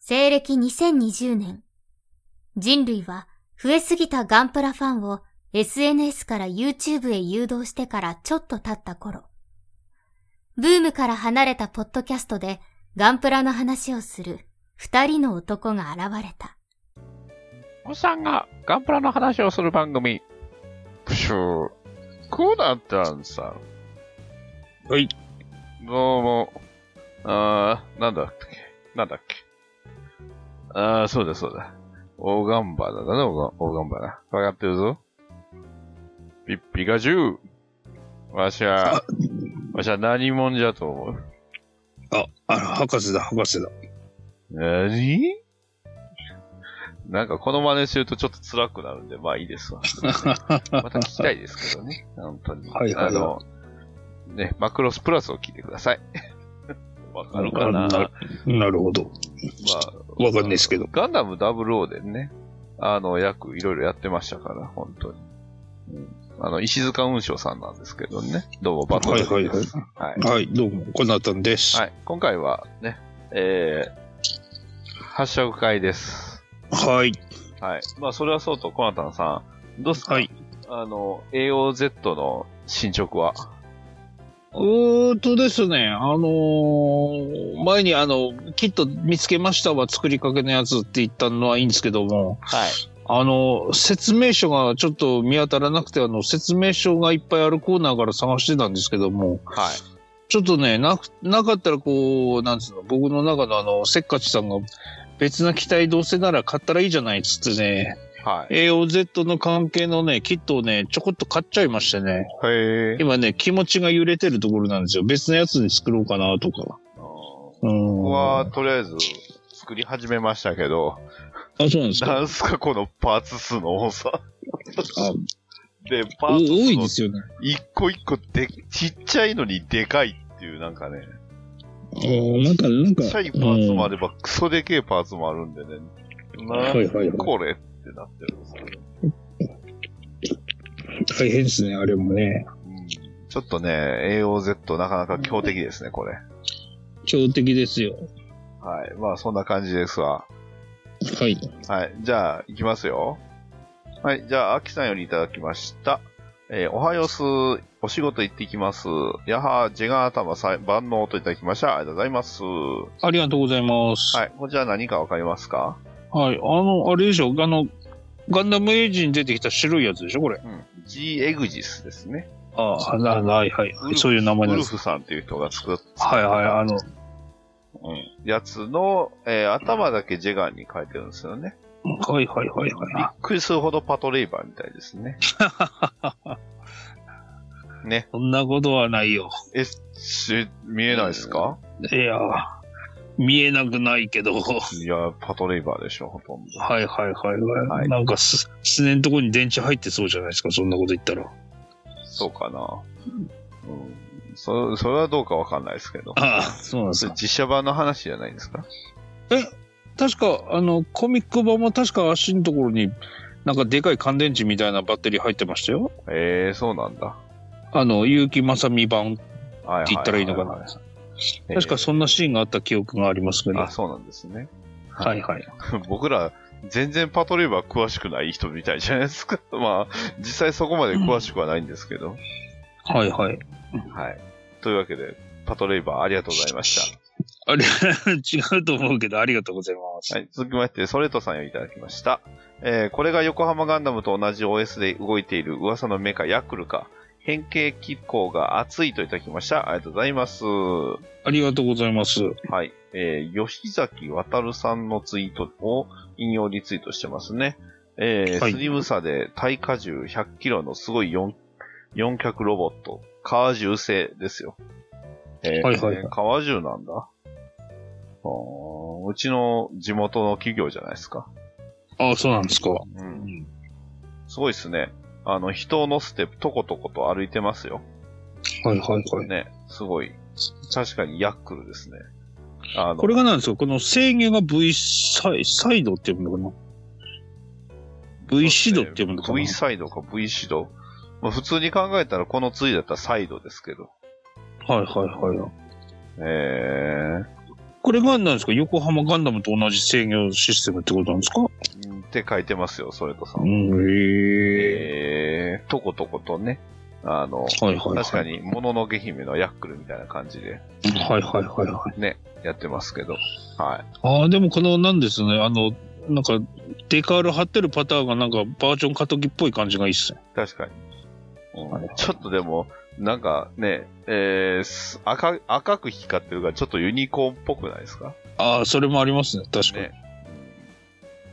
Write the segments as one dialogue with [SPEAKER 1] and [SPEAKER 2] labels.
[SPEAKER 1] 西暦2020年、人類は増えすぎたガンプラファンを SNS から YouTube へ誘導してからちょっと経った頃、ブームから離れたポッドキャストでガンプラの話をする二人の男が現れた。
[SPEAKER 2] おっさんがガンプラの話をする番組。プシュー。コーナーたんさん。
[SPEAKER 3] はい。
[SPEAKER 2] どうも。あー、なんだっけ。なんだっけ。あー、そうだそうだ。オーガンバーだな、オーガンオーガンバーな。わかってるぞ。ピッピガジュー。わし は、わしは何者じゃと思う。
[SPEAKER 3] あ、あら、博士だ、博士だ。
[SPEAKER 2] なになんかこの真似するとちょっと辛くなるんで、まあいい ですわ。また聞きたいですけどね。本当に。
[SPEAKER 3] はいはいはい
[SPEAKER 2] あの、ね、マクロスプラスを聞いてくだ さい。わかるかな
[SPEAKER 3] な
[SPEAKER 2] まあ
[SPEAKER 3] な、なるほど。わかんないですけど。
[SPEAKER 2] ガンダム00でね、あの、役いろいろやってましたから、本当に。うんあの、石塚雲章さんなんですけどね。どうも、バトルです。
[SPEAKER 3] はいはいはい
[SPEAKER 2] はい
[SPEAKER 3] はい、どうも、こなたんです。
[SPEAKER 2] は。
[SPEAKER 3] はい
[SPEAKER 2] 今回はね、えー、発射会です。
[SPEAKER 3] い。
[SPEAKER 2] はい。まあ、それはそうと、コナタンさん、どうっすか、
[SPEAKER 3] はい
[SPEAKER 2] あの、AOZ の進捗は。
[SPEAKER 3] うーんとですね、あのー前にあの、キット見つけましたは作りかけのやつって言ったのはいいんですけども、
[SPEAKER 2] はい。
[SPEAKER 3] あの、説明書がちょっと見当たらなくて、あの、説明書がいっぱいあるコーナーから探してたんですけども、
[SPEAKER 2] はい。
[SPEAKER 3] ちょっとね、なく、なかったらこう、なんつうの、僕の中のあの、せっかちさんが、別な機体どうせなら買ったらいいじゃないっつってね、
[SPEAKER 2] はい。
[SPEAKER 3] AOZ の関係のね、キットをね、ちょこっと買っちゃいましてね、
[SPEAKER 2] へえ。
[SPEAKER 3] 今ね、気持ちが揺れてるところなんですよ。別のやつに作ろうかなとか。
[SPEAKER 2] こ
[SPEAKER 3] うん。
[SPEAKER 2] こは、とりあえず、作り始めましたけど、
[SPEAKER 3] あ、そうなんです
[SPEAKER 2] な
[SPEAKER 3] か。
[SPEAKER 2] んすかこのパーツ数の多さ。
[SPEAKER 3] あ
[SPEAKER 2] で、パ
[SPEAKER 3] お多
[SPEAKER 2] ーツ数
[SPEAKER 3] い
[SPEAKER 2] の
[SPEAKER 3] ですよね。
[SPEAKER 2] 一個一個で、ちっちゃいのにでかいっていう、なんかね、
[SPEAKER 3] おなんか、なんか。
[SPEAKER 2] ちっちゃいパーツもあれば、クソでけえパーツもあるんでね。な
[SPEAKER 3] はいはいはい
[SPEAKER 2] これってなってるんですけど。
[SPEAKER 3] うん大変ですね、あれもね。
[SPEAKER 2] うんちょっとね、AOZ なかなか強敵ですね、これ。
[SPEAKER 3] 強敵ですよ。
[SPEAKER 2] はい。まあ、そんな感じですわ。
[SPEAKER 3] はい。
[SPEAKER 2] はい。じゃあ、いきますよ。はい。じゃあ、アキさんよりいただきました。えーおはようす。お仕事行ってきます。やは、ジェガー頭さん万能といただきました。ありがとうございます。は
[SPEAKER 3] ありがとうございます。はい。
[SPEAKER 2] い。こちら何かわかりますか
[SPEAKER 3] あの、あれでしょ、あの、ガンダムエイジに出てきた白いやつでしょ、これ。
[SPEAKER 2] うん。G エグジスですね。
[SPEAKER 3] ああ、なはいはい
[SPEAKER 2] ウル。フ
[SPEAKER 3] そういう名
[SPEAKER 2] ウ
[SPEAKER 3] 前なん
[SPEAKER 2] ル
[SPEAKER 3] です。
[SPEAKER 2] フさんっていう人が作っ
[SPEAKER 3] はいはい、あの、
[SPEAKER 2] うん、やつの、えー頭だけジェガーに変えてるんですよね。
[SPEAKER 3] はいはいはい
[SPEAKER 2] びっ
[SPEAKER 3] は
[SPEAKER 2] くりするほどパトレイバーみたいですね。ね
[SPEAKER 3] い。そんなことはないよ。
[SPEAKER 2] え、し、見えないですか、
[SPEAKER 3] いや、見えなくないけど。
[SPEAKER 2] いや、パトレイバーでしょ、ほとんど。
[SPEAKER 3] はいはいはいはい。
[SPEAKER 2] はい
[SPEAKER 3] なんかす、すねんとこに電池入ってそうじゃないですか、そんなこと言ったら。
[SPEAKER 2] そうかな。うん。そ、それはどうかわかんないですけど。
[SPEAKER 3] ああ、そうなんで
[SPEAKER 2] それ。実写版の話じゃないですか
[SPEAKER 3] 確か、あの、コミック版も確か足のところに、なんかでかい乾電池みたいなバッテリー入ってましたよ。
[SPEAKER 2] ええー、そうなんだ。は
[SPEAKER 3] あの、結城正美版って
[SPEAKER 2] いはいはいはい、
[SPEAKER 3] 言ったらいいのかな。
[SPEAKER 2] えー。
[SPEAKER 3] 確かそんなシーンがあった記憶がありますけど。
[SPEAKER 2] あ、そうなんですね。
[SPEAKER 3] はいはい。
[SPEAKER 2] 僕ら、全然パトレイバー詳しくない人みたいじゃないですか。 まあ、実際そこまで詳しくはないんですけど。
[SPEAKER 3] はいはい。
[SPEAKER 2] はい。というわけで、パトレイバーありがとうございまし
[SPEAKER 3] あれ、違うと思うけど、ありがとうございます。
[SPEAKER 2] た。はい。続きまして、ソレトさんをいただきました。えー、これが横浜ガンダムと同じ OS で動いている噂のメカヤクルか。変形機構が熱いといただきました。ありがとうございます。は
[SPEAKER 3] ありがとうございます。
[SPEAKER 2] い。えー、吉崎渡さんのツイートを引用リツイートしてますね。えー、
[SPEAKER 3] はい
[SPEAKER 2] スリムさで耐荷重100キロのすごい4、4脚ロボット。カー重製ですよ。えー
[SPEAKER 3] はいはいはい
[SPEAKER 2] 川重なんだ。あーうちの地元の企業じゃないですか。
[SPEAKER 3] ああ、そうなんですか。
[SPEAKER 2] う。
[SPEAKER 3] うんん
[SPEAKER 2] すごいですね。あの、人を乗せてとことこと歩いてますよ。
[SPEAKER 3] はいはいはい。
[SPEAKER 2] ね。すごい。確かにヤックルですね。あの、
[SPEAKER 3] これがなんですかこの制御が V サイサイドって読むのかな ?V シドって読むのかな、
[SPEAKER 2] V サイドか V シド。まあ、普通に考えたらこのついだったらサイドですけど。
[SPEAKER 3] はいはいはい。
[SPEAKER 2] え
[SPEAKER 3] これがなんですか横浜ガンダムと同じ制御システムってことなんですか
[SPEAKER 2] うんって書いてますよ、それとさん
[SPEAKER 3] う。ん、へえ。
[SPEAKER 2] えー、とことことね、あの、
[SPEAKER 3] はいはいはい。
[SPEAKER 2] 確かに、もののけ姫のヤックルみたいな感じで
[SPEAKER 3] はいはいはいはい。
[SPEAKER 2] ね、やってますけど、はい。
[SPEAKER 3] ああ、でもこの、なんですね、あの、なんか、デカール貼ってるパターンがなんかバージョン過渡期っぽい感じがいいっすね。
[SPEAKER 2] 確かに。
[SPEAKER 3] はい
[SPEAKER 2] ちょっとでも、なんかね、えーす赤、赤く光ってるから、ちょっとユニコーンっぽくないですか
[SPEAKER 3] ああ、それもありますね、確かに。
[SPEAKER 2] ね。うん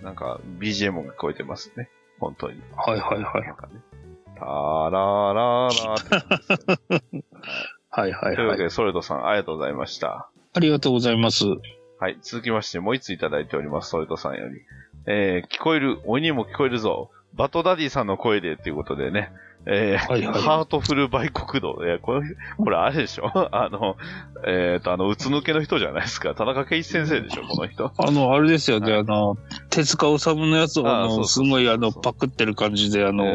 [SPEAKER 2] なんか、BGM が聞こえてますね。本当に。
[SPEAKER 3] はいはいはい
[SPEAKER 2] なんかね。タラララって感じですよね
[SPEAKER 3] はいは
[SPEAKER 2] と
[SPEAKER 3] い
[SPEAKER 2] いうわ
[SPEAKER 3] は
[SPEAKER 2] け
[SPEAKER 3] い。
[SPEAKER 2] で、ソレドさん、ありがとうございました。
[SPEAKER 3] ありがとうございます。
[SPEAKER 2] はい。続きまして、もう一ついただいております、ソレトさんより。えー、聞こえる、鬼にも聞こえるぞ。バトダディさんの声でっていうことでね。えー
[SPEAKER 3] はいはい
[SPEAKER 2] ハートフル売国道。えーこれ、これあれでしょ あの、えっ、と、あの、うつ抜けの人じゃないですか。田中圭一先生でしょこの人。
[SPEAKER 3] あの、あれですよね、
[SPEAKER 2] は
[SPEAKER 3] あの、手塚治虫のやつを、
[SPEAKER 2] あー
[SPEAKER 3] あ
[SPEAKER 2] そう
[SPEAKER 3] の、す
[SPEAKER 2] そうそう
[SPEAKER 3] ごい、あの、パクってる感じで、あ
[SPEAKER 2] え
[SPEAKER 3] の、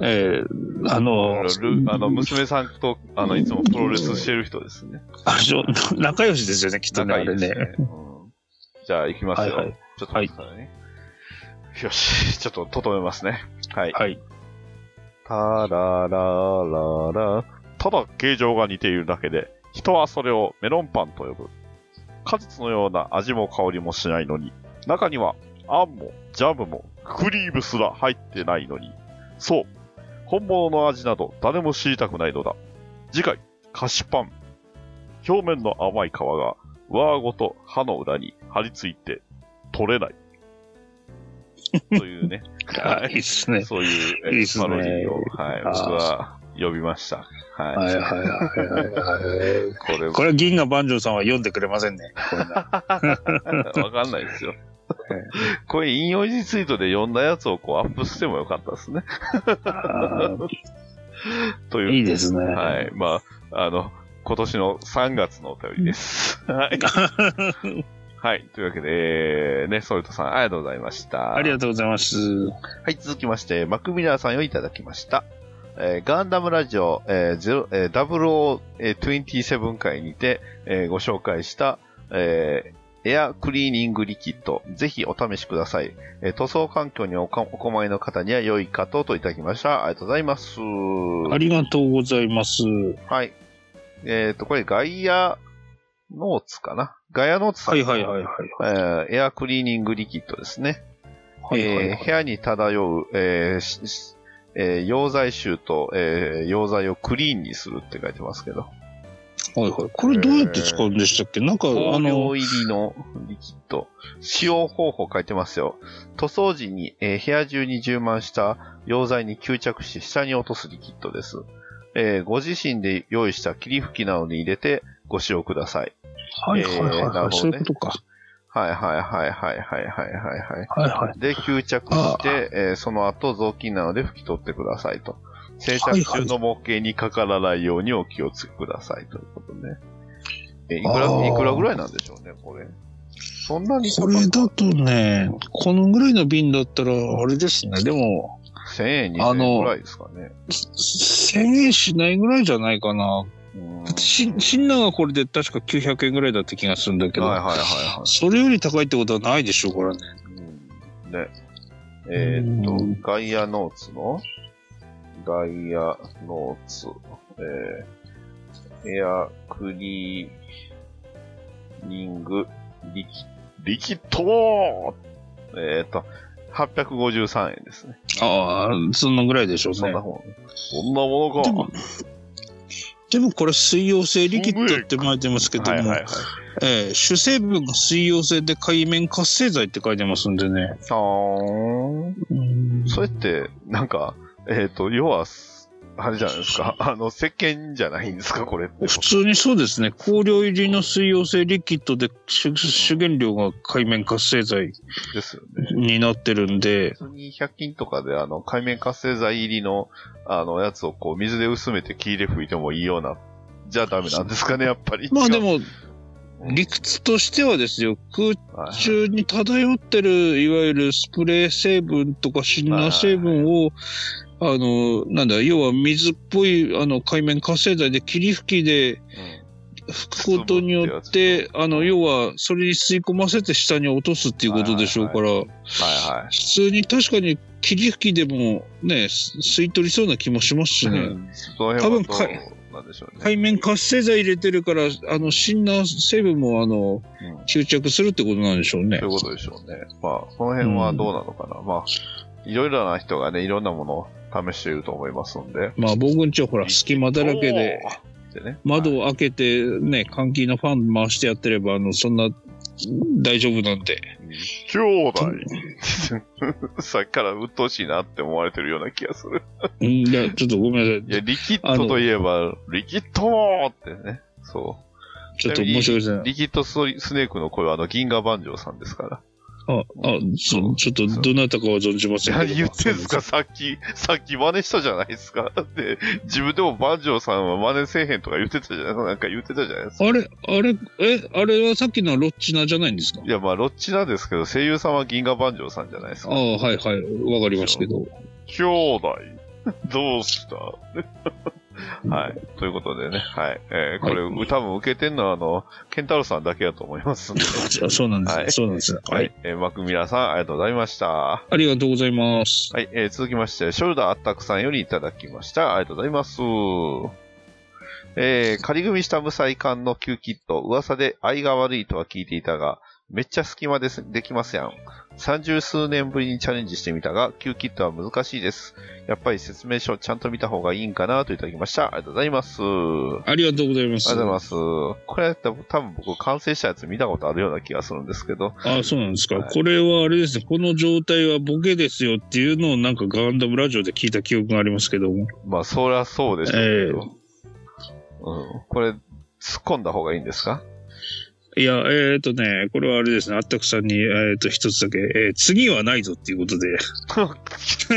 [SPEAKER 3] えーあの、
[SPEAKER 2] ールあの、娘さんと、あの、いつもプロレスしてる人ですね。
[SPEAKER 3] あれでしょ仲良しですよね、きっとね、
[SPEAKER 2] 仲
[SPEAKER 3] あ
[SPEAKER 2] いいで
[SPEAKER 3] れ
[SPEAKER 2] すね。
[SPEAKER 3] ね。
[SPEAKER 2] うんじゃあ、行きますよ。
[SPEAKER 3] はいはい
[SPEAKER 2] ちょっと待ってくださいね。よし、ちょっと整えますね。はい。
[SPEAKER 3] はい。
[SPEAKER 2] タララララ。ただ形状が似ているだけで、人はそれをメロンパンと呼ぶ。果実のような味も香りもしないのに、中にはあんもジャムもクリームすら入ってないのに。そう。本物の味など誰も知りたくないのだ。次回、菓子パン。表面の甘い皮が、上ごと歯の裏に張り付いて、取れない。というね。
[SPEAKER 3] あーいいっすね。
[SPEAKER 2] そういうえー
[SPEAKER 3] いいっすね
[SPEAKER 2] パロディを、はい、
[SPEAKER 3] あー
[SPEAKER 2] 僕は呼びました。はい。
[SPEAKER 3] はいはいはいはいはい。
[SPEAKER 2] これ、
[SPEAKER 3] これは銀河万丈さんは読んでくれませんね。これ な
[SPEAKER 2] わかんないですよ。 これ、引用リツイートで読んだやつをこうアップしてもよかったですね。
[SPEAKER 3] あー
[SPEAKER 2] という。
[SPEAKER 3] いいですね。
[SPEAKER 2] はい。まあ、あの、今年の3月のお便り です。はい。はい。というわけで、えーね、ソルトさん、ありがとうございました。
[SPEAKER 3] ありがとうございます。
[SPEAKER 2] はい、続きまして、マクミラーさんをいただきました。えーガンダムラジオ、えーゼロえー、0027回にて、えーご紹介した、えーエアクリーニングリキッド、ぜひお試しください。えー塗装環境におかお困りの方には良いかとといただきました。ありがとうございます。
[SPEAKER 3] ありがとうございます。
[SPEAKER 2] はい。えっ、と、これガイアノーツかなガイアノーツさん
[SPEAKER 3] はいはいはいはい。
[SPEAKER 2] えーエアクリーニングリキッドですね。
[SPEAKER 3] はいはいは
[SPEAKER 2] えー部屋に漂う、えーししえー溶剤臭と、えー溶剤をクリーンにするって書いてますけど、
[SPEAKER 3] い。はいはい、これどうやって使うんでしたっけなんか、あ
[SPEAKER 2] 香料入
[SPEAKER 3] の、
[SPEAKER 2] りのリキッド、使用方法書いてますよ。塗装時に、えー部屋中に充満した溶剤に吸着し下に落とすリキッドです。えーご自身で用意した霧吹きなどに入れてご使用ください。
[SPEAKER 3] はいはいはい
[SPEAKER 2] えーなるほど
[SPEAKER 3] は
[SPEAKER 2] ね
[SPEAKER 3] い。そういうことか。
[SPEAKER 2] はいはいはいはいはいはいはい、はい。
[SPEAKER 3] はいはい。
[SPEAKER 2] で、吸着して、えーその後、雑巾なので拭き取ってくださいと。生着中の模型にかからないようにお気をつけくださいということね。えーいく
[SPEAKER 3] あ
[SPEAKER 2] ら、
[SPEAKER 3] ー
[SPEAKER 2] いくらぐらいなんでしょうね、これ。そんなに
[SPEAKER 3] これだとね、このぐらいの瓶だったら、あれですね。でも、
[SPEAKER 2] 1000円、2000
[SPEAKER 3] あ
[SPEAKER 2] 円
[SPEAKER 3] の
[SPEAKER 2] ぐらいですかね。
[SPEAKER 3] 1000円しないぐらいじゃないかな。
[SPEAKER 2] うーん
[SPEAKER 3] し、しんながこれで確か900円ぐらいだった気がするんだけど、
[SPEAKER 2] はいはいはいは
[SPEAKER 3] それより高いってことはないでしょう、これね。
[SPEAKER 2] い。うんね。えーっと
[SPEAKER 3] うん、
[SPEAKER 2] ガイアノーツの、ガイアノーツ、えー、エアクリーニングリキリキッドえーっと、853円ですね。
[SPEAKER 3] ああ、そんなぐらいでしょうね。
[SPEAKER 2] そんなもん。そんなもの
[SPEAKER 3] で
[SPEAKER 2] か。
[SPEAKER 3] も、でもこれ水溶性リキッドって書いてますけども、
[SPEAKER 2] はいはいはい。
[SPEAKER 3] ええ主成分が水溶性で海面活性剤って書いてますんでね。
[SPEAKER 2] さーん。それって、なんか、えーっと、要は、あれじゃないです か。あの、石鹸じゃないんですか、これって。
[SPEAKER 3] 普通にそうですね。香料入りの水溶性リキッドで主主原料が海面活性剤
[SPEAKER 2] ですよね。
[SPEAKER 3] になってるんで、
[SPEAKER 2] 普通に100均とかで、あの、海面活性剤入りの、あの、やつをこう、水で薄めて木で拭いてもいいような、じゃダメなんですかね、やっぱり。
[SPEAKER 3] まあで
[SPEAKER 2] 違
[SPEAKER 3] も、理屈としてはですよ、空
[SPEAKER 2] う、はい
[SPEAKER 3] 中に漂ってる、いわゆるスプレー成分とか辛辣成分を、あの、なんだ、要は水っぽい、あの、海面活性剤で霧吹きで、
[SPEAKER 2] うん
[SPEAKER 3] 吹くことによって、あの、要は、それに吸い込ませて下に落とすっていうことでしょうから、
[SPEAKER 2] はいはい。
[SPEAKER 3] 普通に確かに霧吹きでもね、す吸い取りそうな気もしますしね。
[SPEAKER 2] うんその辺はどうなんでしょうね。
[SPEAKER 3] 海面活性剤入れてるから、あの、死んだ成分も、あの、
[SPEAKER 2] うん
[SPEAKER 3] 吸着するってことなんでしょうね
[SPEAKER 2] そう。いうことでしょうね。まあ、その辺はどうなのかな。まあ、いろいろな人がね、いろんなものを試していると思いますので。
[SPEAKER 3] まあ、僕んちはほら、隙間だらけで、
[SPEAKER 2] おー。でね、
[SPEAKER 3] 窓を開けて、ね、換気のファン回してやってれば、あの、そんな、大丈夫なんで。
[SPEAKER 2] 兄弟 さっきから鬱陶しいなって思われてるような気がする。
[SPEAKER 3] うん、いや、ちょっとごめん
[SPEAKER 2] い
[SPEAKER 3] なさ
[SPEAKER 2] や、
[SPEAKER 3] い。
[SPEAKER 2] リキッドといえば、リキッドーってね。そ
[SPEAKER 3] ちょっと申し訳な
[SPEAKER 2] う。
[SPEAKER 3] い。
[SPEAKER 2] リキッドススネークの声はあの、銀河万丈さんですから。
[SPEAKER 3] あ、あ、そうちょっと、どなたかは存じませんけど
[SPEAKER 2] 何言ってんすかさっき、さっき真似したじゃないですか。だって、自分でも万丈さんは真似せえへんとか言ってたじゃないですか。なんか言ってたじゃないですか。
[SPEAKER 3] あれ、あれ、え、あれはさっきのロッチナじゃないんですか
[SPEAKER 2] いや、まあ、ロッチなんですけど、声優さんは銀河万丈さんじゃないです
[SPEAKER 3] あ
[SPEAKER 2] か
[SPEAKER 3] あ、。はいはい。わかりますけど。
[SPEAKER 2] 兄弟、どうした はい。ということでね、はい。えーこれ、多分受けてんのは、あの、ケンタロウさんだけだと思いますんで。
[SPEAKER 3] あそうなんです、
[SPEAKER 2] はい
[SPEAKER 3] そうなんです。はい。。
[SPEAKER 2] えーマクミラさん、ありがとうございました。は
[SPEAKER 3] ありがとうございます。
[SPEAKER 2] い。えー続きまして、ショルダーあったくさんよりいただきました。ありがとうございます。えー仮組みした無彩缶の旧キット、噂で愛が悪いとは聞いていたが、めっちゃ隙間です、できますやん。三十数年ぶりにチャレンジしてみたが、旧キットは難しいです。やっぱり説明書ちゃんと見た方がいいんかなといただきました。ありがとうございます。
[SPEAKER 3] ありがとうございます。
[SPEAKER 2] ありがとうございます。これ、多分僕完成したやつ見たことあるような気がするんですけど、
[SPEAKER 3] あそうなんですか。
[SPEAKER 2] はい
[SPEAKER 3] これはあれですね。この状態はボケですよっていうのをなんかガンダムラジオで聞いた記憶がありますけども。
[SPEAKER 2] まあ、そりゃそうでしょうけど、うん、これ、突っ込んだ方がいいんですか
[SPEAKER 3] いや、えっ、ー、とね、これはあれですね。あったくさんに、えっ、と、一つだけ、えー次はないぞっていうことで。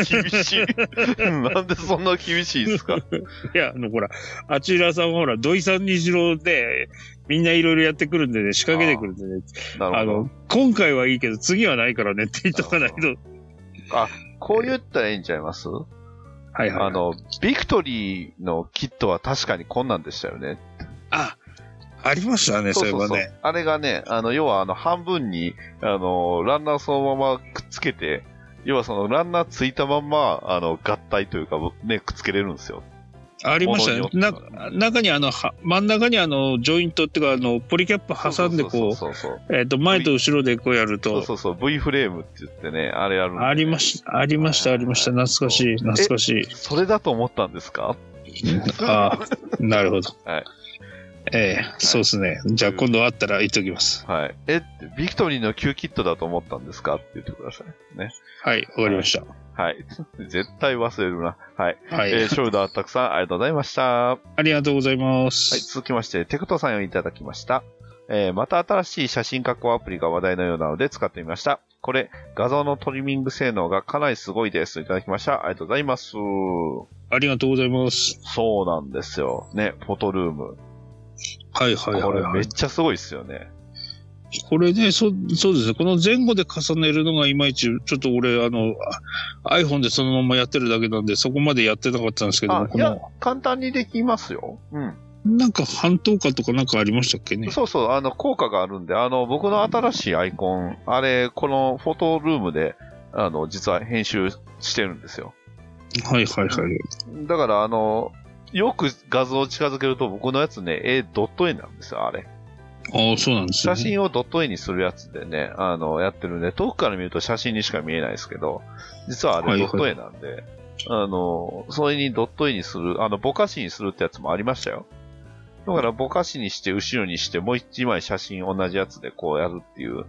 [SPEAKER 2] 厳しい。 なんでそんな厳しいですか
[SPEAKER 3] いや、あの、ほら、あちらさんはほら、土井さんにしろで、みんないろいろやってくるんでね、仕掛けてくるんでね。
[SPEAKER 2] な
[SPEAKER 3] あ
[SPEAKER 2] るほど
[SPEAKER 3] の。、今回はいいけど、次はないからねって言っとかないと。
[SPEAKER 2] こう言ったらいいんちゃいます
[SPEAKER 3] はいはい。
[SPEAKER 2] あ、の、ビクトリーのキットは確かにこんなんでしたよね。
[SPEAKER 3] あ、ありましたね、そういえばね。。
[SPEAKER 2] あれがね、あの、要はあの、半分に、あの、ランナーそのままくっつけて、要はそのランナーついたまんま、あの、合体というか、ね、くっつけれるんですよ。
[SPEAKER 3] ありましたね。
[SPEAKER 2] 物
[SPEAKER 3] な
[SPEAKER 2] によって
[SPEAKER 3] 中にあの、は真ん中にあの、ジョイントっていうか、あの、ポリキャップ挟んでこ
[SPEAKER 2] そうそうそうそう
[SPEAKER 3] う、えっ、と、前と後ろでこうやる
[SPEAKER 2] そう
[SPEAKER 3] と、
[SPEAKER 2] そうそう、V フレームって言ってね、あれやるんでね
[SPEAKER 3] ありました、ありました、ありました。懐かしい、懐かしい。
[SPEAKER 2] それだと思ったんですか
[SPEAKER 3] ああ、なるほど。
[SPEAKER 2] はい
[SPEAKER 3] ええそうですね。じゃあ今度会ったら言っときます。
[SPEAKER 2] はい。え、ビクトリーの旧キットだと思ったんですかって言ってください。ね。
[SPEAKER 3] はい、わかりました。
[SPEAKER 2] はい。絶対忘れるな。はい。
[SPEAKER 3] はい。
[SPEAKER 2] えーショルダーたくさんありがとうございました。は
[SPEAKER 3] ありがとうございま
[SPEAKER 2] い。
[SPEAKER 3] す。
[SPEAKER 2] 続きまして、テクトさんよりいただきました。えーまた新しい写真加工アプリが話題のようなので使ってみました。これ、画像のトリミング性能がかなりすごいです。いただきました。ありがとうございます。
[SPEAKER 3] ありがとうございます。
[SPEAKER 2] そうなんですよ。ね、フォトルーム。
[SPEAKER 3] はいはい
[SPEAKER 2] こ
[SPEAKER 3] はい、
[SPEAKER 2] れ
[SPEAKER 3] は
[SPEAKER 2] め
[SPEAKER 3] い
[SPEAKER 2] っ。ちゃすごいですよね。
[SPEAKER 3] これね、そそうですね。この前後で重ねるのがいまいち、ちょっと俺、あの、あ iPhone でそのままやってるだけなんで、そこまでやってなかったんですけど
[SPEAKER 2] あ
[SPEAKER 3] も、、こ
[SPEAKER 2] いや
[SPEAKER 3] の、、
[SPEAKER 2] 簡単にできますよ。うん。
[SPEAKER 3] なんか半透過とかなんかありましたっけね。
[SPEAKER 2] そうそう、あの、効果があるんで、あの、僕の新しいアイコン、あれ、このフォトルームで、あの、実は編集してるんですよ。
[SPEAKER 3] はいはいはい。
[SPEAKER 2] だから、あの、よく画像を近づけると、僕のやつね、絵ドット絵なんですよ、あれ。
[SPEAKER 3] ああ、そうなんですね。
[SPEAKER 2] 写真をドット絵にするやつでね、あの、やってるんで、遠くから見ると写真にしか見えないですけど、実はあ
[SPEAKER 3] は
[SPEAKER 2] れ
[SPEAKER 3] い
[SPEAKER 2] ド
[SPEAKER 3] はい
[SPEAKER 2] ット絵なんで、あの、それにドット絵にする、あの、ぼかしにするってやつもありましたよ。だから、ぼかしにして、後ろにして、もう一枚写真同じやつでこうやるっていう、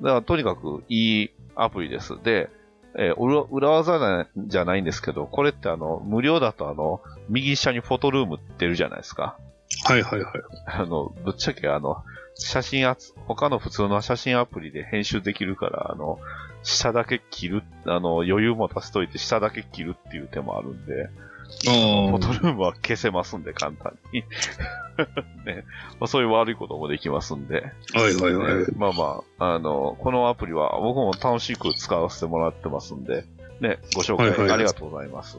[SPEAKER 2] だから、とにかくいいアプリです。で、えー裏裏技なじゃないんですけど、これってあの、無料だとあの、右下にフォトルームってるじゃないですか。
[SPEAKER 3] はいはいはい。
[SPEAKER 2] あの、ぶっちゃけあの、写真あつ、他の普通の写真アプリで編集できるから、あの、下だけ切る、あの、余裕も足しといて下だけ切るっていう手もあるんで、フォ
[SPEAKER 3] あ
[SPEAKER 2] トルームは消せますんで、簡単に。 ね。まあ、そういう悪いこともできますんで。
[SPEAKER 3] あ、はいはいはい
[SPEAKER 2] ね。まあまあ、あの、このアプリは僕も楽しく使わせてもらってますんで、ね、ご紹介
[SPEAKER 3] はいはい
[SPEAKER 2] ありがとうございます。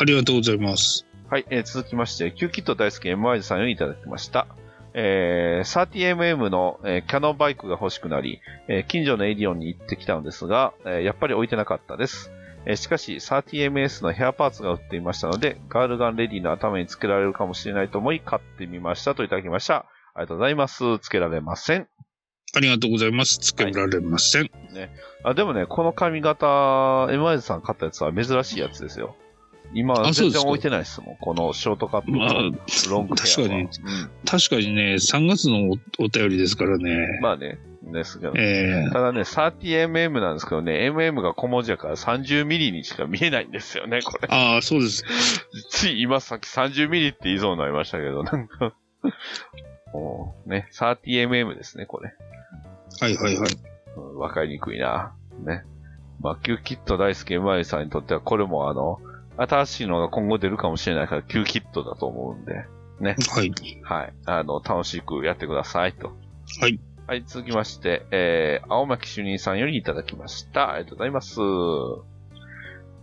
[SPEAKER 3] ありがとうございます。
[SPEAKER 2] はい、えー続きまして、キューキット大好き MY さんよりいただきました。えー 30mm の、えーキャノンバイクが欲しくなり、えー近所のエディオンに行ってきたのですが、えーやっぱり置いてなかったです。えーしかし、30ms のヘアパーツが売っていましたので、ガールガンレディの頭につけられるかもしれないと思い、買ってみましたといただきました。ありがとうございます。つけられません。
[SPEAKER 3] ありがとうございます。つけられません。
[SPEAKER 2] あ、でもね、この髪型、エマイズさん買ったやつは珍しいやつですよ。今、
[SPEAKER 3] あそ
[SPEAKER 2] 全
[SPEAKER 3] うです
[SPEAKER 2] 然
[SPEAKER 3] か
[SPEAKER 2] 置いてないですもん。このショートカット、
[SPEAKER 3] まあ
[SPEAKER 2] ロングヘアは。
[SPEAKER 3] 確か
[SPEAKER 2] う
[SPEAKER 3] に
[SPEAKER 2] ん
[SPEAKER 3] 確かにね、3月のおお便りですからね。
[SPEAKER 2] まあね、ですけど。
[SPEAKER 3] え
[SPEAKER 2] ただね、30mm なんですけどね、mm が小文字やから 30mm にしか見えないんですよね、これ
[SPEAKER 3] え。ああ、そうです。
[SPEAKER 2] つい今さっき 30mm って言いそうになりましたけど、なんか。 もうね、30mm ですね、これ。
[SPEAKER 3] はいはいはい。
[SPEAKER 2] うんわかりにくいな。ね。まあ、キューキット大好き MI さんにとっては、これもあの、新しいのが今後出るかもしれないから、キューキットだと思うんで、
[SPEAKER 3] はい。
[SPEAKER 2] はい。あの、楽しくやってくださいと。
[SPEAKER 3] はい。
[SPEAKER 2] はい、続きまして、えー、青巻主任さんよりいただきました。ありがとうございます。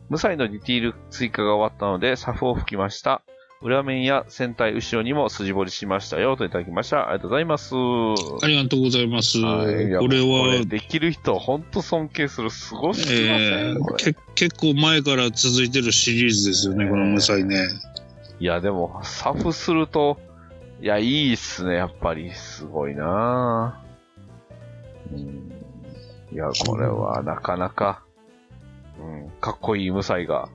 [SPEAKER 2] 無彩のディティール追加が終わったので、サフを吹きました。裏面や船体後ろにも筋彫りしましたよといただきました。ありがとうございます。
[SPEAKER 3] ありがとうございます。
[SPEAKER 2] はいいや
[SPEAKER 3] これ
[SPEAKER 2] もうこ
[SPEAKER 3] は
[SPEAKER 2] れ、できる人、ほんと尊敬する。すごすぎませ
[SPEAKER 3] え
[SPEAKER 2] ん、
[SPEAKER 3] ー
[SPEAKER 2] これ
[SPEAKER 3] け結構前から続いてるシリーズですよね、この無才ね。
[SPEAKER 2] いや、でも、サフすると、いや、いいっすね、やっぱり。すごいなぁうん。いや、これは、なかなか、うん、かっこいい無才が。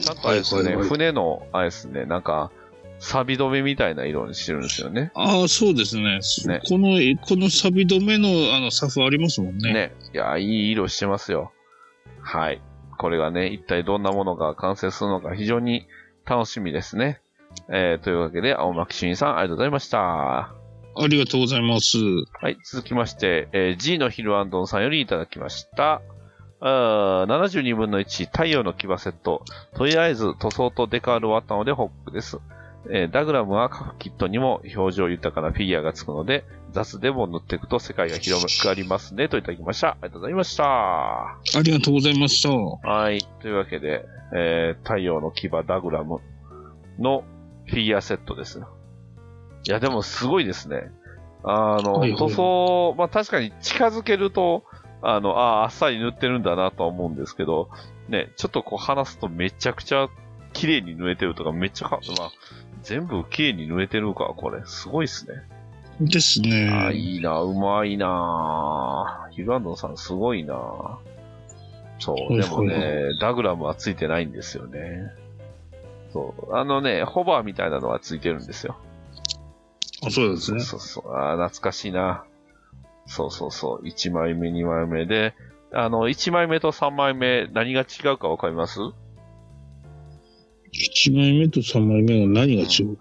[SPEAKER 2] ちゃんとあれですね、
[SPEAKER 3] はいはいはい
[SPEAKER 2] 船の、あれですね、なんか、錆止めみたいな色にしてるんですよね。
[SPEAKER 3] ああ、そうですね。
[SPEAKER 2] ね
[SPEAKER 3] この、このサビ止めのあのサフありますもんね。
[SPEAKER 2] ね。いや、いい色してますよ。はい。これがね、一体どんなものが完成するのか非常に楽しみですね。えー、というわけで、青巻俊一さん、ありがとうございました。は
[SPEAKER 3] ありがとうございます。
[SPEAKER 2] い、続きまして、えー G のヒルアンドンさんよりいただきました。あー72分の1、太陽の牙セット。とりあえず、塗装とデカールはあったので、ホックです。えーダグラムは各キットにも表情豊かなフィギュアがつくので、雑でも塗っていくと世界が広がりますね、といただきました。ありがとうございました。
[SPEAKER 3] ありがとうございました。は
[SPEAKER 2] はい。というわけで、えー、太陽の牙ダグラムのフィギュアセットです。いや、でもすごいですね。あの、
[SPEAKER 3] はいはい
[SPEAKER 2] 塗装、まあ確かに近づけると、あの、ああ、あっさり塗ってるんだなとは思うんですけど、ね、ちょっとこう離すとめちゃくちゃ綺麗に塗れてるとか、めっちゃか、まあ、全部綺麗に塗れてるか、これ。すごいですね。
[SPEAKER 3] ですね。
[SPEAKER 2] あ、いいな、うまいなヒルアンドンさんすごいなそう、
[SPEAKER 3] うん
[SPEAKER 2] でも
[SPEAKER 3] そう
[SPEAKER 2] ね、ダグラムはついてないんですよね。そう。あのね、ホバーみたいなのはついてるんですよ。
[SPEAKER 3] あそうですね。
[SPEAKER 2] そうそう。あー懐かしいな。そうそうそう。1枚目、2枚目で、あの、1枚目と3枚目、何が違うかわかります
[SPEAKER 3] 1枚目と3枚目の何が違う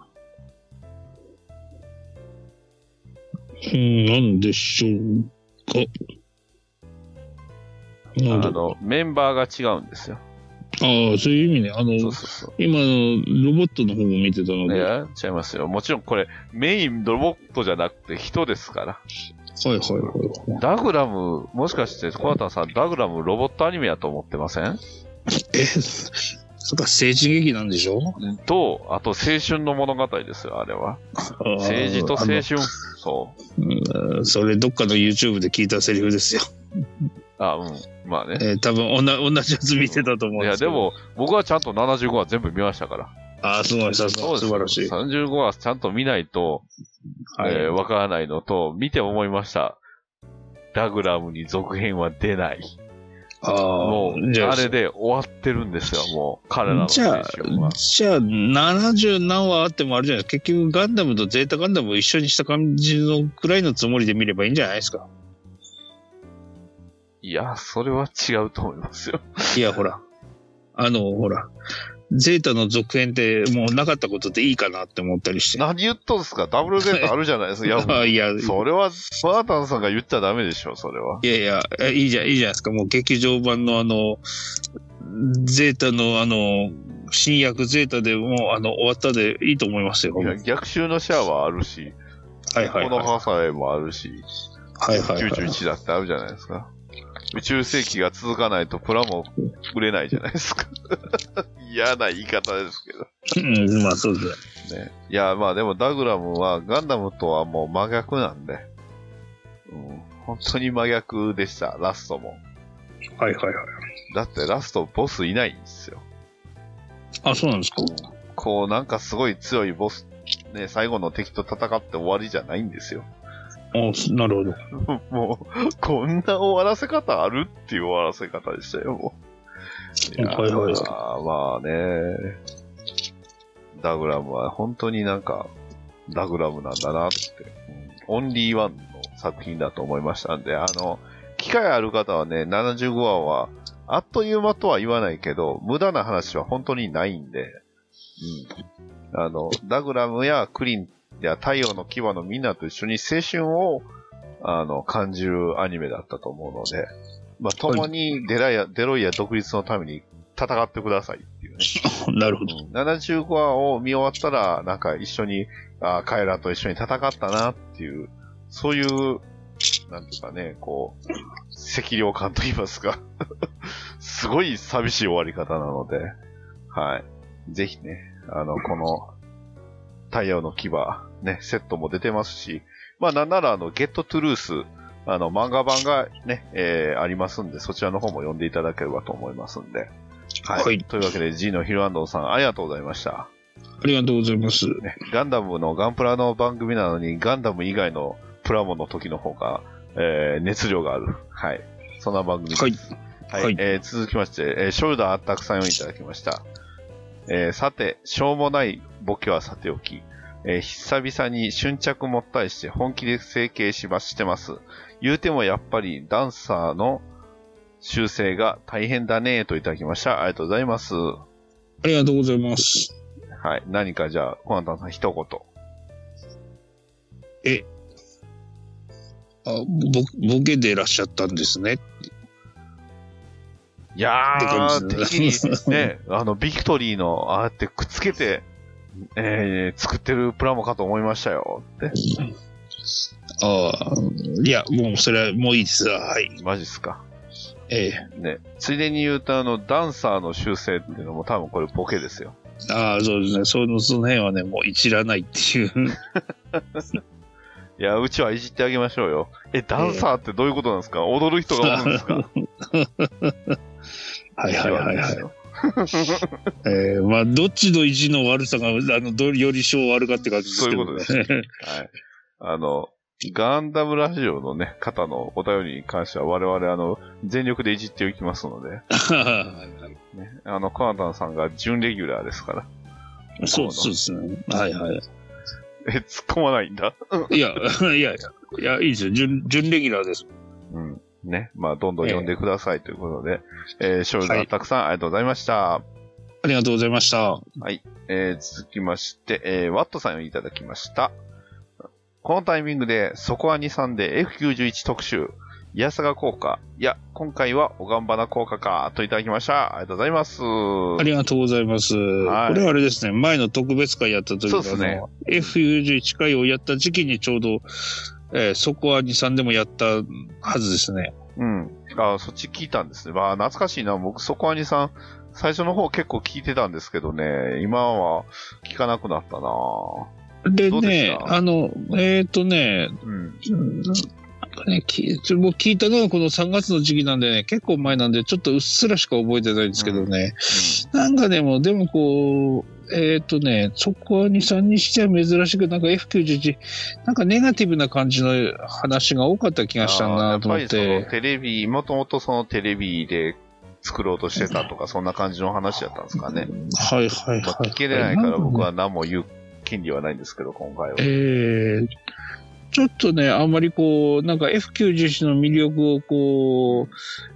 [SPEAKER 3] うん、なんでしょうか。
[SPEAKER 2] あ
[SPEAKER 3] なんだ
[SPEAKER 2] の、メンバーが違うんですよ。
[SPEAKER 3] ああ、そういう意味ね。あ
[SPEAKER 2] そう
[SPEAKER 3] の、
[SPEAKER 2] そうそう。
[SPEAKER 3] 今のロボットの方を見てたの
[SPEAKER 2] い
[SPEAKER 3] で、はい
[SPEAKER 2] や、違いますよ。もちろんこれ、メインロボットじゃなくて人ですから。
[SPEAKER 3] はいはいはい。
[SPEAKER 2] ダグラム、もしかして、コナタンさん、ダグラムロボットアニメやと思ってません
[SPEAKER 3] え、そっか、政治劇なんでしょ
[SPEAKER 2] と、あと青春の物語ですよ、あれは。政治と青春。そう。
[SPEAKER 3] 春。それどっかの YouTube で聞いたセリ フですよ。
[SPEAKER 2] あ、うん。まあね。
[SPEAKER 3] えー多分おな同じやつ見てたと
[SPEAKER 2] い
[SPEAKER 3] 思うん
[SPEAKER 2] や、
[SPEAKER 3] すけ
[SPEAKER 2] で
[SPEAKER 3] ど。
[SPEAKER 2] も、僕はちゃんと75話全部見ましたから。
[SPEAKER 3] ああ、すごい、さす
[SPEAKER 2] そう
[SPEAKER 3] が、
[SPEAKER 2] です
[SPEAKER 3] 素晴らしい。
[SPEAKER 2] 35話ちゃんと見ないと、
[SPEAKER 3] はい
[SPEAKER 2] えーわからないのと、見て思いました。ダグラムに続編は出ない。
[SPEAKER 3] あ
[SPEAKER 2] も
[SPEAKER 3] あ、
[SPEAKER 2] う、
[SPEAKER 3] じゃ
[SPEAKER 2] あ
[SPEAKER 3] あ、
[SPEAKER 2] れで終わってるんですよ、もう。彼らの青
[SPEAKER 3] じゃあ
[SPEAKER 2] 春は。
[SPEAKER 3] じゃあ、70何話あってもあるじゃないですか。結局、ガンダムとゼータガンダムを一緒にした感じのくらいのつもりで見ればいいんじゃないですか。
[SPEAKER 2] いや、それは違うと思いますよ。
[SPEAKER 3] いや、ほら。あの、ほら。ゼータの続編ってもうなかったことでいいかなって思ったりして。
[SPEAKER 2] 何言っとんすかダブルゼータあるじゃない ですか。いや、
[SPEAKER 3] あいや、い
[SPEAKER 2] それは、バータンさんが言っちゃダメでしょ、それは。
[SPEAKER 3] やいや、えいいじゃん、いいじゃないですか。もう劇場版のあの、ゼータのあの、新薬ゼータでもうあの、終わったでいいと思いますよ。
[SPEAKER 2] い
[SPEAKER 3] は
[SPEAKER 2] や
[SPEAKER 3] い
[SPEAKER 2] 逆襲のシャアはあるし、
[SPEAKER 3] はいはい。
[SPEAKER 2] この
[SPEAKER 3] は
[SPEAKER 2] ハサウェイもあるし、
[SPEAKER 3] いはいはい。
[SPEAKER 2] 91だってあるじゃないですか。宇宙世紀が続かないとプラも売れないじゃないですか。い 嫌な言い方ですけど。
[SPEAKER 3] うん、まあそうですね。
[SPEAKER 2] ね。いや、まあでもダグラムはガンダムとはもう真逆なんで。うん、本当に真逆でした、ラストも。
[SPEAKER 3] はいはいはい。
[SPEAKER 2] だってラストボスいないんですよ。
[SPEAKER 3] あ、そうなんですか。
[SPEAKER 2] こうなんかすごい強いボス、ね、最後の敵と戦って終わりじゃないんですよ。
[SPEAKER 3] あすなるほど。
[SPEAKER 2] もう、こんな終わらせ方あるっていう終わらせ方でしたよ、もう。やー
[SPEAKER 3] はいは
[SPEAKER 2] まあ
[SPEAKER 3] い
[SPEAKER 2] ね。ダグラムは本当になんか、ダグラムなんだなって、うんオンリーワンの作品だと思いましたんで、あの、機会ある方はね、75話は、あっという間とは言わないけど、無駄な話は本当にないんで、うん。あの、ダグラムやクリンや太陽の牙のみんなと一緒に青春を、あの、感じるアニメだったと思うので、まあ、共にデライア、デロイア独立のために戦ってくださいっていうね。
[SPEAKER 3] なるほど。
[SPEAKER 2] うん75話を見終わったら、なんか一緒に、あーカエラと一緒に戦ったなっていう、そういう、なんていうかね、こう、赤涼感と言いますか、 すごい寂しい終わり方なので、はい。ぜひね、あの、この、太陽の牙、ね、セットも出てますし、まあなんならあの、ゲットトゥルース、あの、漫画版がね、えーありますんで、そちらの方も読んでいただければと思いますんで。はい。
[SPEAKER 3] はい
[SPEAKER 2] というわけで、G のヒルアンドンさん、ありがとうございました。
[SPEAKER 3] ありがとうございます。
[SPEAKER 2] ね、ガンダムのガンプラの番組なのに、ガンダム以外のプラモの時の方が、えー熱量がある。はい。そんな番組です
[SPEAKER 3] はい。
[SPEAKER 2] はい、
[SPEAKER 3] はい
[SPEAKER 2] えー続きまして、えーショルダーあったくさんをいただきました。えーさて、しょうもないボケはさておき、えー久々に瞬着もったいして本気で整形しましてます。言うてもやっぱりダンサーの修正が大変だねといただきました。ありがとうございます。は
[SPEAKER 3] ありがとうございます。
[SPEAKER 2] い。何かじゃあ、コナタンさん一言。
[SPEAKER 3] あ、ぼ、ボケでいらっしゃったんですね。
[SPEAKER 2] いや
[SPEAKER 3] って
[SPEAKER 2] ー、
[SPEAKER 3] 感じ
[SPEAKER 2] 敵にね、あの、ビクトリーの、ああやってくっつけて、えー作ってるプラモかと思いましたよって。
[SPEAKER 3] ああ、いや、もうそれはもういいです。はい。
[SPEAKER 2] マジっすか。
[SPEAKER 3] ええ
[SPEAKER 2] ね。ついでに言うと、あの、ダンサーの修正っていうのも多分これボケですよ。
[SPEAKER 3] ああ、そうですね。その、その辺はね、もういじらないって いう。
[SPEAKER 2] いや、うちはいじってあげましょうよ。え、ダンサーってどういうことなんですか踊る人が踊るん ですか
[SPEAKER 3] はいはいはいはい。
[SPEAKER 2] い。
[SPEAKER 3] ええまあ、どっちの意地の悪さが、あの、どより性悪かって感じですけど、ね。
[SPEAKER 2] そういう
[SPEAKER 3] です。
[SPEAKER 2] はい。あの、ガンダムラジオのね、方のお便りに関しては我々、あの、全力でいじっていきますので、 ね、あの、コナタンさんが準レギュラーですから。
[SPEAKER 3] そうそうですね。はいはい。
[SPEAKER 2] え、突っ込まないんだ。
[SPEAKER 3] いや、 いやいや、いや、いいですよ。準、準レギュラーです。
[SPEAKER 2] うん。ね。まあ、どんどん読んでくださいということで、えー、ショルダーたくさんありがとうございました。
[SPEAKER 3] ありがとうございました。
[SPEAKER 2] えー、続きまして、えー、ワットさんをいただきました。このタイミングで、そこは2、3で F91 特集、いやさが効果、いや、今回はおがんばな効果か、といただきました。ありがとうございます。
[SPEAKER 3] ありがとうございます。
[SPEAKER 2] はい
[SPEAKER 3] これはあれですね、前の特別会やった時
[SPEAKER 2] そう
[SPEAKER 3] の、
[SPEAKER 2] ですね
[SPEAKER 3] あの F91 回をやった時期にちょうど、えーそこは2、3でもやったはずですね。
[SPEAKER 2] うん。あ、そっち聞いたんですね。まあ、懐かしいな。僕、そこはにさん、最初の方結構聞いてたんですけどね、今は聞かなくなったな
[SPEAKER 3] で
[SPEAKER 2] どうで
[SPEAKER 3] ね
[SPEAKER 2] し、た
[SPEAKER 3] あの、えっ、とね、
[SPEAKER 2] うん。
[SPEAKER 3] うんなんかね、きもう聞いたのはこの3月の時期なんでね、結構前なんで、ちょっとうっすらしか覚えてないんですけどね。なんかでも、でもこう、えっ、とね、そこは2、3にしては珍しく、なんか F91、なんかネガティブな感じの話が多かった気がした
[SPEAKER 2] あーや
[SPEAKER 3] な
[SPEAKER 2] っ
[SPEAKER 3] と
[SPEAKER 2] ぱ
[SPEAKER 3] 思っ
[SPEAKER 2] りそ
[SPEAKER 3] て
[SPEAKER 2] の。テレビ、もともとそのテレビで作ろうとしてたとか、そんな感じの話だったんですかね。
[SPEAKER 3] はいはい
[SPEAKER 2] まあ、
[SPEAKER 3] はい。
[SPEAKER 2] 聞けれないから僕
[SPEAKER 3] は。
[SPEAKER 2] は何も言う権利はないんですけど、今回は。
[SPEAKER 3] えーちょっとね、あんまりこう、なんか F91 の魅力をこ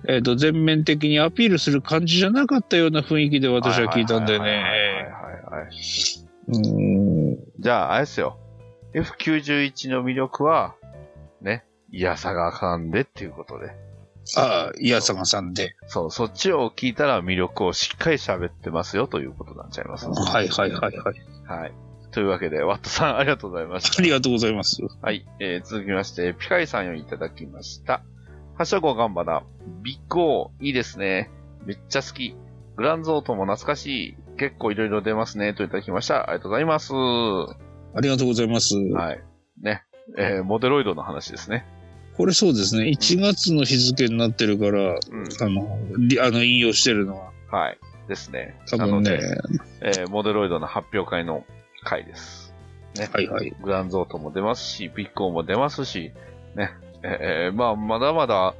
[SPEAKER 3] う、えっ、と、全面的にアピールする感じじゃなかったような雰囲気で私は聞いたんで
[SPEAKER 2] はいはい
[SPEAKER 3] ね。
[SPEAKER 2] はいはい。
[SPEAKER 3] うん
[SPEAKER 2] じゃあ、あれですよ。F91 の魅力は、ね、いやさがあかんでっていうことで。
[SPEAKER 3] ああ、いや、さがさんで。
[SPEAKER 2] そう、そっちを聞いたら魅力をしっかり喋ってますよということになっちゃいます。
[SPEAKER 3] はいはいはいはい。
[SPEAKER 2] はい。というわけで、ワットさんありがとうございました
[SPEAKER 3] あ。りがとうございます。
[SPEAKER 2] はい、えー続きまして、ピカイさんをいただきました。はしゃごがんばな。ビッグオー、いいですね。めっちゃ好き。グランゾートも懐かしい。結構いろいろ出ますね、といただきました。ありがとうございます。は
[SPEAKER 3] ありがとうございます。
[SPEAKER 2] い。ね。えーモデロイドの話ですね。
[SPEAKER 3] これそうですね。1月の日付になってるから、
[SPEAKER 2] うん。
[SPEAKER 3] あの、りあの引用してるのは、
[SPEAKER 2] はい。ですね。
[SPEAKER 3] 多
[SPEAKER 2] なの
[SPEAKER 3] 分ね
[SPEAKER 2] で、。えーモデロイドの発表会の回です。ね。
[SPEAKER 3] はいはい。
[SPEAKER 2] グランゾートも出ますし、ピッコーも出ますし、ね。えーまあ、まだまだ、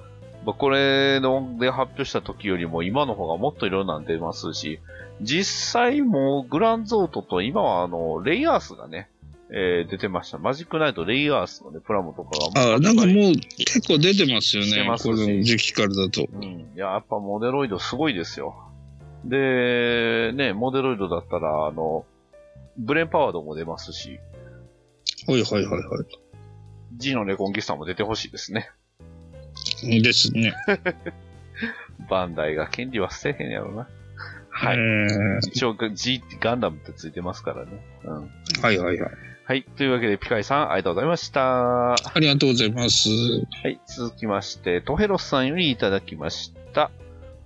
[SPEAKER 2] まあこれので発表した時よりも今の方がもっといろんなの出ますし、実際もうグランゾートと今はあの、レイアースがね、えー出てました。マジックナイトレイアースのね、プラモとかがも
[SPEAKER 3] あ
[SPEAKER 2] う
[SPEAKER 3] あ、なんかもう結構出てますよ
[SPEAKER 2] して
[SPEAKER 3] ね。
[SPEAKER 2] ますし
[SPEAKER 3] この時期からだと。
[SPEAKER 2] うん。いや、やっぱモデロイドすごいですよ。で、ね、モデロイドだったら、あの、ブレンパワードも出ますし、
[SPEAKER 3] はいはいはいは
[SPEAKER 2] G のレコンギスタも出てほしいですね。
[SPEAKER 3] い。ですね。
[SPEAKER 2] バンダイが権利は捨てへんやろな。はい。
[SPEAKER 3] えー
[SPEAKER 2] 一応 G ってガンダムってついてますからね。うん。
[SPEAKER 3] はいはいはい。
[SPEAKER 2] はい。というわけで、ピカイさん、ありがとうございました。
[SPEAKER 3] ありがとうございます。
[SPEAKER 2] はい、続きまして、トヘロスさんよりいただきました。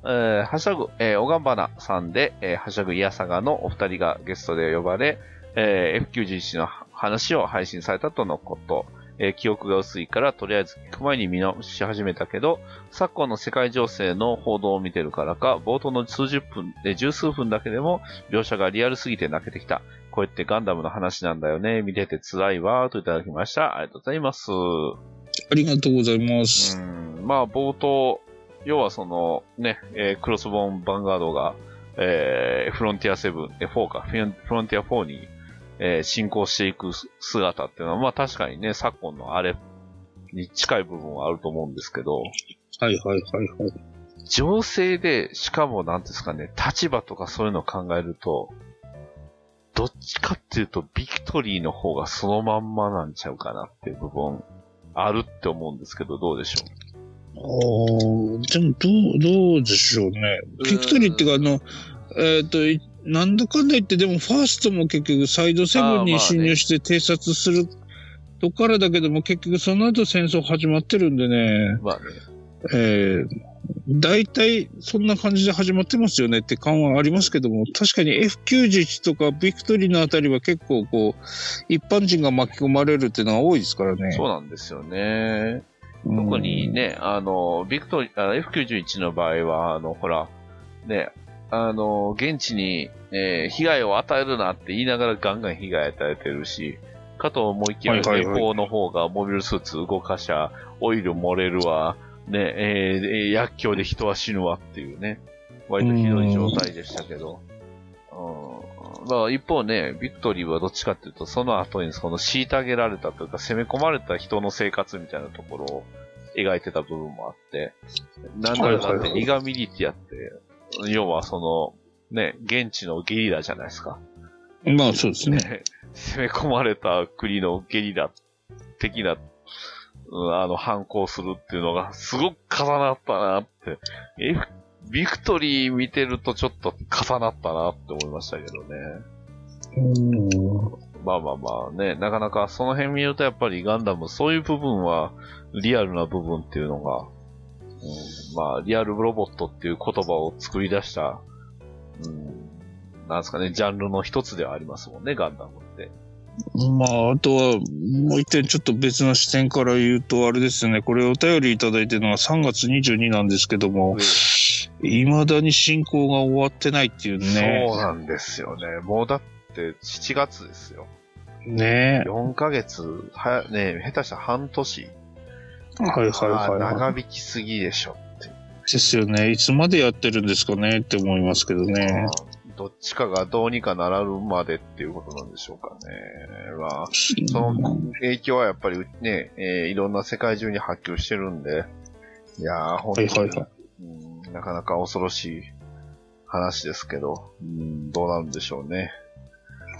[SPEAKER 2] えー、ハッシュタグ、えー、おがんばなさんで、えー、ハッシュタグ、いやさがのお二人がゲストで呼ばれ、えー、F91 の話を配信されたとのこと。えー記憶が薄いから、とりあえず聞く前に見直し始めたけど、昨今の世界情勢の報道を見てるからか、冒頭の数十分、えー十数分だけでも、描写がリアルすぎて泣けてきた。こうやってガンダムの話なんだよね。見てて辛いわ、といただきました。ありがとうございます。
[SPEAKER 3] ありがとうございます。
[SPEAKER 2] うんまあ、冒頭、要はその、ね、えークロスボーン・ヴァンガードが、えーフロンティア7、えー、4か、フィンフロンティア4に、えー進行していくす姿っていうのは、まあ確かにね、昨今のあれに近い部分はあると思うんですけど、
[SPEAKER 3] はいはいはいはい。
[SPEAKER 2] 情勢で、しかもなんていうんですかね、立場とかそういうのを考えると、どっちかっていうと、ビクトリーの方がそのまんまなんちゃうかなっていう部分、あるって思うんですけど、どうでしょう
[SPEAKER 3] ああ、でもどう、どうでしょうね。ビクトリーっていうか、あの、えっ、と、いなんだかんだ言って、でもファーストも結局サイドセブン
[SPEAKER 2] あーまあね
[SPEAKER 3] に侵入して偵察するとからだけども、結局その後戦争始まってるんでね、
[SPEAKER 2] まあね、
[SPEAKER 3] えー、大体そんな感じで始まってますよねって感はありますけども、確かに F91 とかビクトリーのあたりは結構こう、一般人が巻き込まれるっていうのは多いですからね。
[SPEAKER 2] そうなんですよね。
[SPEAKER 3] うん
[SPEAKER 2] 特にね、あの、ビクトリあの F91 の場合は、あの、ほら、ね、あの、現地に、えー被害を与えるなって言いながらガンガン被害与えてるし、かと思いきや、
[SPEAKER 3] はいはい
[SPEAKER 2] 連
[SPEAKER 3] はい
[SPEAKER 2] 邦の方がモビルスーツ動かしゃ、オイル漏れるわ、ね、えーえー薬莢で人は死ぬわっていうね、割とひどい状態でしたけど、うんまあ、一方ね、ビクトリーはどっちかっていうと、その後にその虐げられたというか、攻め込まれた人の生活みたいなところを描いてた部分もあって、なんだろうないっ
[SPEAKER 3] ははい
[SPEAKER 2] て、
[SPEAKER 3] はい
[SPEAKER 2] リガミリティアって、要はその、ね、現地のゲリラじゃないですか。
[SPEAKER 3] まあそうですね。
[SPEAKER 2] ね、攻め込まれた国のゲリラ的な、うんあの、反抗するっていうのが、すごく重なったなって。え、ビクトリー見てるとちょっと重なったなって思いましたけどね。
[SPEAKER 3] うん
[SPEAKER 2] まあまあまあね、なかなかその辺見るとやっぱりガンダム、そういう部分は、リアルな部分っていうのが、うん、まあ、リアルロボットっていう言葉を作り出した、うん、なんですかね、ジャンルの一つではありますもんね、ガンダムって。
[SPEAKER 3] まあ、あとは、もう一点ちょっと別の視点から言うと、あれですよね、これお便りいただいてるのは3月22なんですけども、未だに進行が終わってないっていうね。
[SPEAKER 2] そうなんですよね。もうだって7月ですよ。
[SPEAKER 3] ね
[SPEAKER 2] 4ヶ月、はね、下手したら半年。
[SPEAKER 3] はいはいはい
[SPEAKER 2] あ
[SPEAKER 3] は
[SPEAKER 2] 長引きすぎでしょっていう
[SPEAKER 3] い。ですよね。いつまでやってるんですかねって思いますけどね。
[SPEAKER 2] うんどっちかがどうにかならるまでっていうことなんでしょうかね。まあ、その影響はやっぱりね、えーいろんな世界中に波及してるんで、いやー、本当
[SPEAKER 3] は
[SPEAKER 2] に、
[SPEAKER 3] いはいは
[SPEAKER 2] うんなかなか恐ろしい話ですけど、うんどうなるんでしょうね。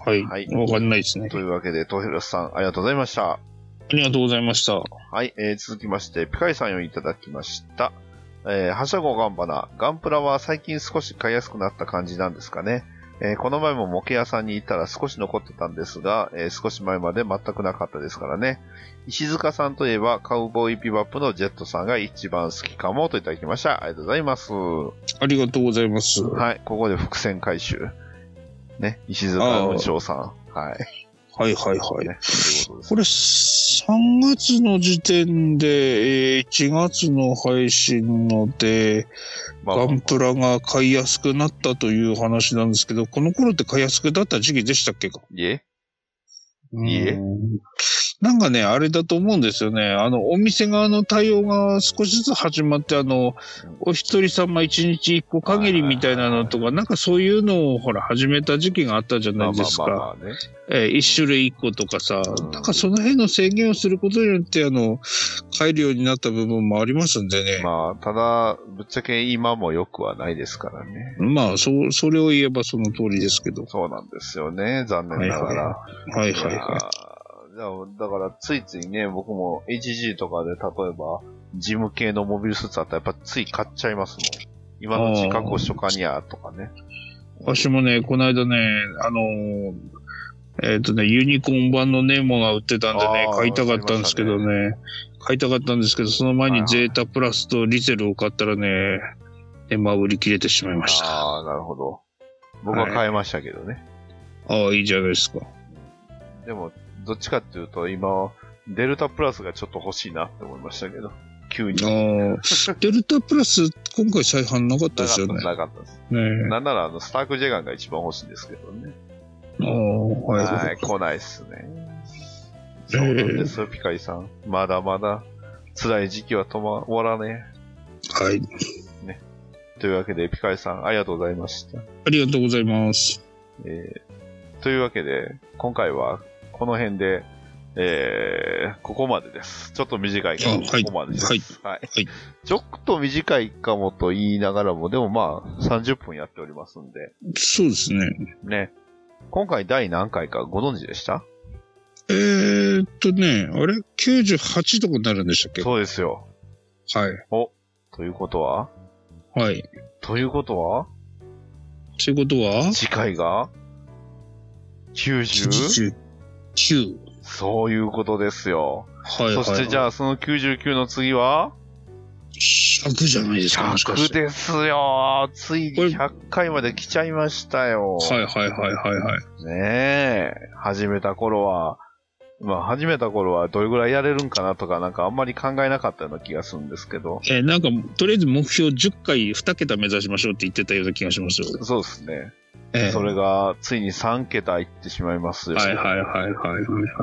[SPEAKER 3] い。
[SPEAKER 2] は
[SPEAKER 3] はいい。わかんないですね
[SPEAKER 2] と。いうわけで、トヘルスさん、ありがとうございました。
[SPEAKER 3] ありがとうございました。
[SPEAKER 2] はい、えー続きまして、ピカイさんよりいただきました。えー、はしゃごガンバナ。ガンプラは最近少し買いやすくなった感じなんですかね。えーこの前も模型屋さんに行ったら少し残ってたんですが、えー少し前まで全くなかったですからね。石塚さんといえば、カウボーイビバップのジェットさんが一番好きかもといただきました。ありがとうございます。
[SPEAKER 3] ありがとうございます。
[SPEAKER 2] はい、ここで伏線回収。ね、石塚文章さん。はい。
[SPEAKER 3] はいはいはい。
[SPEAKER 2] ね、 そういうことです
[SPEAKER 3] これ、3月の時点で、えー1月の配信ので、
[SPEAKER 2] まあま
[SPEAKER 3] ガ
[SPEAKER 2] あ
[SPEAKER 3] ンプラが買いやすくなったという話なんですけど、この頃って買いやすくなった時期でしたっけか
[SPEAKER 2] いえ
[SPEAKER 3] い
[SPEAKER 2] え
[SPEAKER 3] なんかね、あれだと思うんですよね。あの、お店側の対応が少しずつ始まって、あの、お一人様一日一個限りみたいなのとか、なんかそういうのをほら、始めた時期があったじゃ
[SPEAKER 2] ま
[SPEAKER 3] な
[SPEAKER 2] あ
[SPEAKER 3] い
[SPEAKER 2] ま
[SPEAKER 3] です
[SPEAKER 2] あ
[SPEAKER 3] か。
[SPEAKER 2] まあまあね。
[SPEAKER 3] えー一種類一個とかさ、
[SPEAKER 2] うん
[SPEAKER 3] なんかその辺の制限をすることによって、あの、買えるようになった部分もありますんでね。
[SPEAKER 2] まあ、ただ、ぶっちゃけ今も良くはないですからね。
[SPEAKER 3] まあ、そう、それを言えばその通りですけど。
[SPEAKER 2] そうなんですよね、残念ながら。
[SPEAKER 3] はい
[SPEAKER 2] いや
[SPEAKER 3] はいはい。
[SPEAKER 2] ーだだから、ついついね、僕も HG とかで、例えば、ジム系のモビルスーツあったら、やっぱつい買っちゃいますもん。今のうち確保しとかにゃ、とかね。
[SPEAKER 3] 私もね、この間ね、あのーえっ、とね、ユニコーン版のネモが売ってたんでね
[SPEAKER 2] あ、ー
[SPEAKER 3] 買いたかったんですけどね、買いたかったんですけど、その前
[SPEAKER 2] はいは
[SPEAKER 3] に
[SPEAKER 2] い
[SPEAKER 3] ゼータプラスとリゼルを買ったらね、ネモは売り切れてしまいました。あ
[SPEAKER 2] ああ、なるほど。僕は買いましたけどね。
[SPEAKER 3] あー、いいじゃないですか。
[SPEAKER 2] でも、どっちかっていうと、今、デルタプラスがちょっと欲しいなって思いましたけど、急に。
[SPEAKER 3] あー デルタプラス、今回再販なかった
[SPEAKER 2] なか
[SPEAKER 3] です
[SPEAKER 2] っ
[SPEAKER 3] よ
[SPEAKER 2] た、
[SPEAKER 3] ね。
[SPEAKER 2] なかったです。
[SPEAKER 3] ね
[SPEAKER 2] なんなら、あの、スターク・ジェガンが一番欲しいんですけどね。
[SPEAKER 3] あーはいはい
[SPEAKER 2] はい、来ないっすね。そうなんですよ、ピカリさん。まだまだ、辛い時期は止ま、終わらね
[SPEAKER 3] はい。
[SPEAKER 2] え。というわけで、ピカリさん、ありがとうございました。
[SPEAKER 3] ありがとうございます。
[SPEAKER 2] えーというわけで、今回は、この辺で、えーここまでです。ちょっと短いか
[SPEAKER 3] あ
[SPEAKER 2] も、
[SPEAKER 3] はい
[SPEAKER 2] ここまでです。
[SPEAKER 3] はい
[SPEAKER 2] はい
[SPEAKER 3] はい
[SPEAKER 2] ちょっと短いかもと言いながらも、でもまあ、30分やっておりますんで、
[SPEAKER 3] そうですね。
[SPEAKER 2] ね。今回第何回かご存知でした
[SPEAKER 3] えー、っとね、あれ ?98 とかになるんでしたっけ
[SPEAKER 2] そうですよ。
[SPEAKER 3] はい。
[SPEAKER 2] ということは
[SPEAKER 3] はい。
[SPEAKER 2] ということは
[SPEAKER 3] ということは
[SPEAKER 2] 次回が 90?
[SPEAKER 3] 99。
[SPEAKER 2] そういうことですよ。
[SPEAKER 3] はいはい、はい。
[SPEAKER 2] そしてじゃあその99の次は
[SPEAKER 3] 100じゃないですか、もしかし
[SPEAKER 2] 100
[SPEAKER 3] て。
[SPEAKER 2] ですよ。ついに
[SPEAKER 3] これ
[SPEAKER 2] 100回まで来ちゃいましたよ。
[SPEAKER 3] はいはいはいはいはい。
[SPEAKER 2] ねえ。始めた頃は、まあ始めた頃はどれぐらいやれるんかなとかなんかあんまり考えなかったような気がするんですけど。
[SPEAKER 3] えーなんか、とりあえず目標10回2桁目指しましょうって言ってたような気がしますよ。
[SPEAKER 2] そうですね。
[SPEAKER 3] えー
[SPEAKER 2] それがついに3桁いってしまいますよ。
[SPEAKER 3] はいはいはいはいはい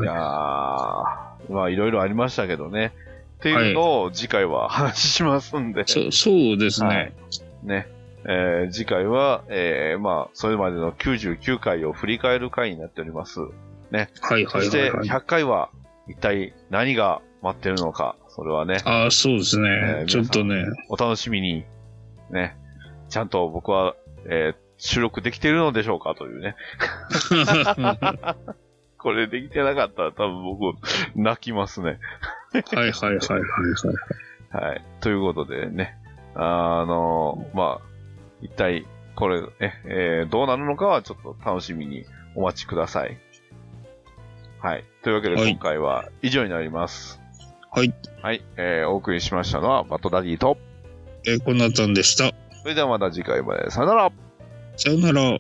[SPEAKER 3] い
[SPEAKER 2] や
[SPEAKER 3] は
[SPEAKER 2] ーまあいろいろありましたけどね。っていうのを次回は話しますんで。
[SPEAKER 3] い。そそうですね。
[SPEAKER 2] はいね。えー次回は、えーまあ、それまでの99回を振り返る回になっております。
[SPEAKER 3] はい
[SPEAKER 2] そ
[SPEAKER 3] はい
[SPEAKER 2] し
[SPEAKER 3] はい、
[SPEAKER 2] て、
[SPEAKER 3] はい。
[SPEAKER 2] 100回は、一体何が待ってるのか、それはね、
[SPEAKER 3] ああ、そうですね、
[SPEAKER 2] えー
[SPEAKER 3] ちょっとね。
[SPEAKER 2] お楽しみに、ね、ちゃんと僕は、えー収録できているのでしょうかというね。
[SPEAKER 3] は
[SPEAKER 2] これできてなかったら多分僕、泣きますね。
[SPEAKER 3] いはいはいはいはい。
[SPEAKER 2] はい。ということでね、あの、まあ、一体、これ、ね、えーどうなるのかはちょっと楽しみにお待ちください。はい。というわけで
[SPEAKER 3] はい
[SPEAKER 2] 今回は以上になります。
[SPEAKER 3] はい。
[SPEAKER 2] はい。えーお送りしましたのはバトダディと、
[SPEAKER 3] えー、こんなたんでした。
[SPEAKER 2] それではまた次回まで。さよなら
[SPEAKER 3] さよなら。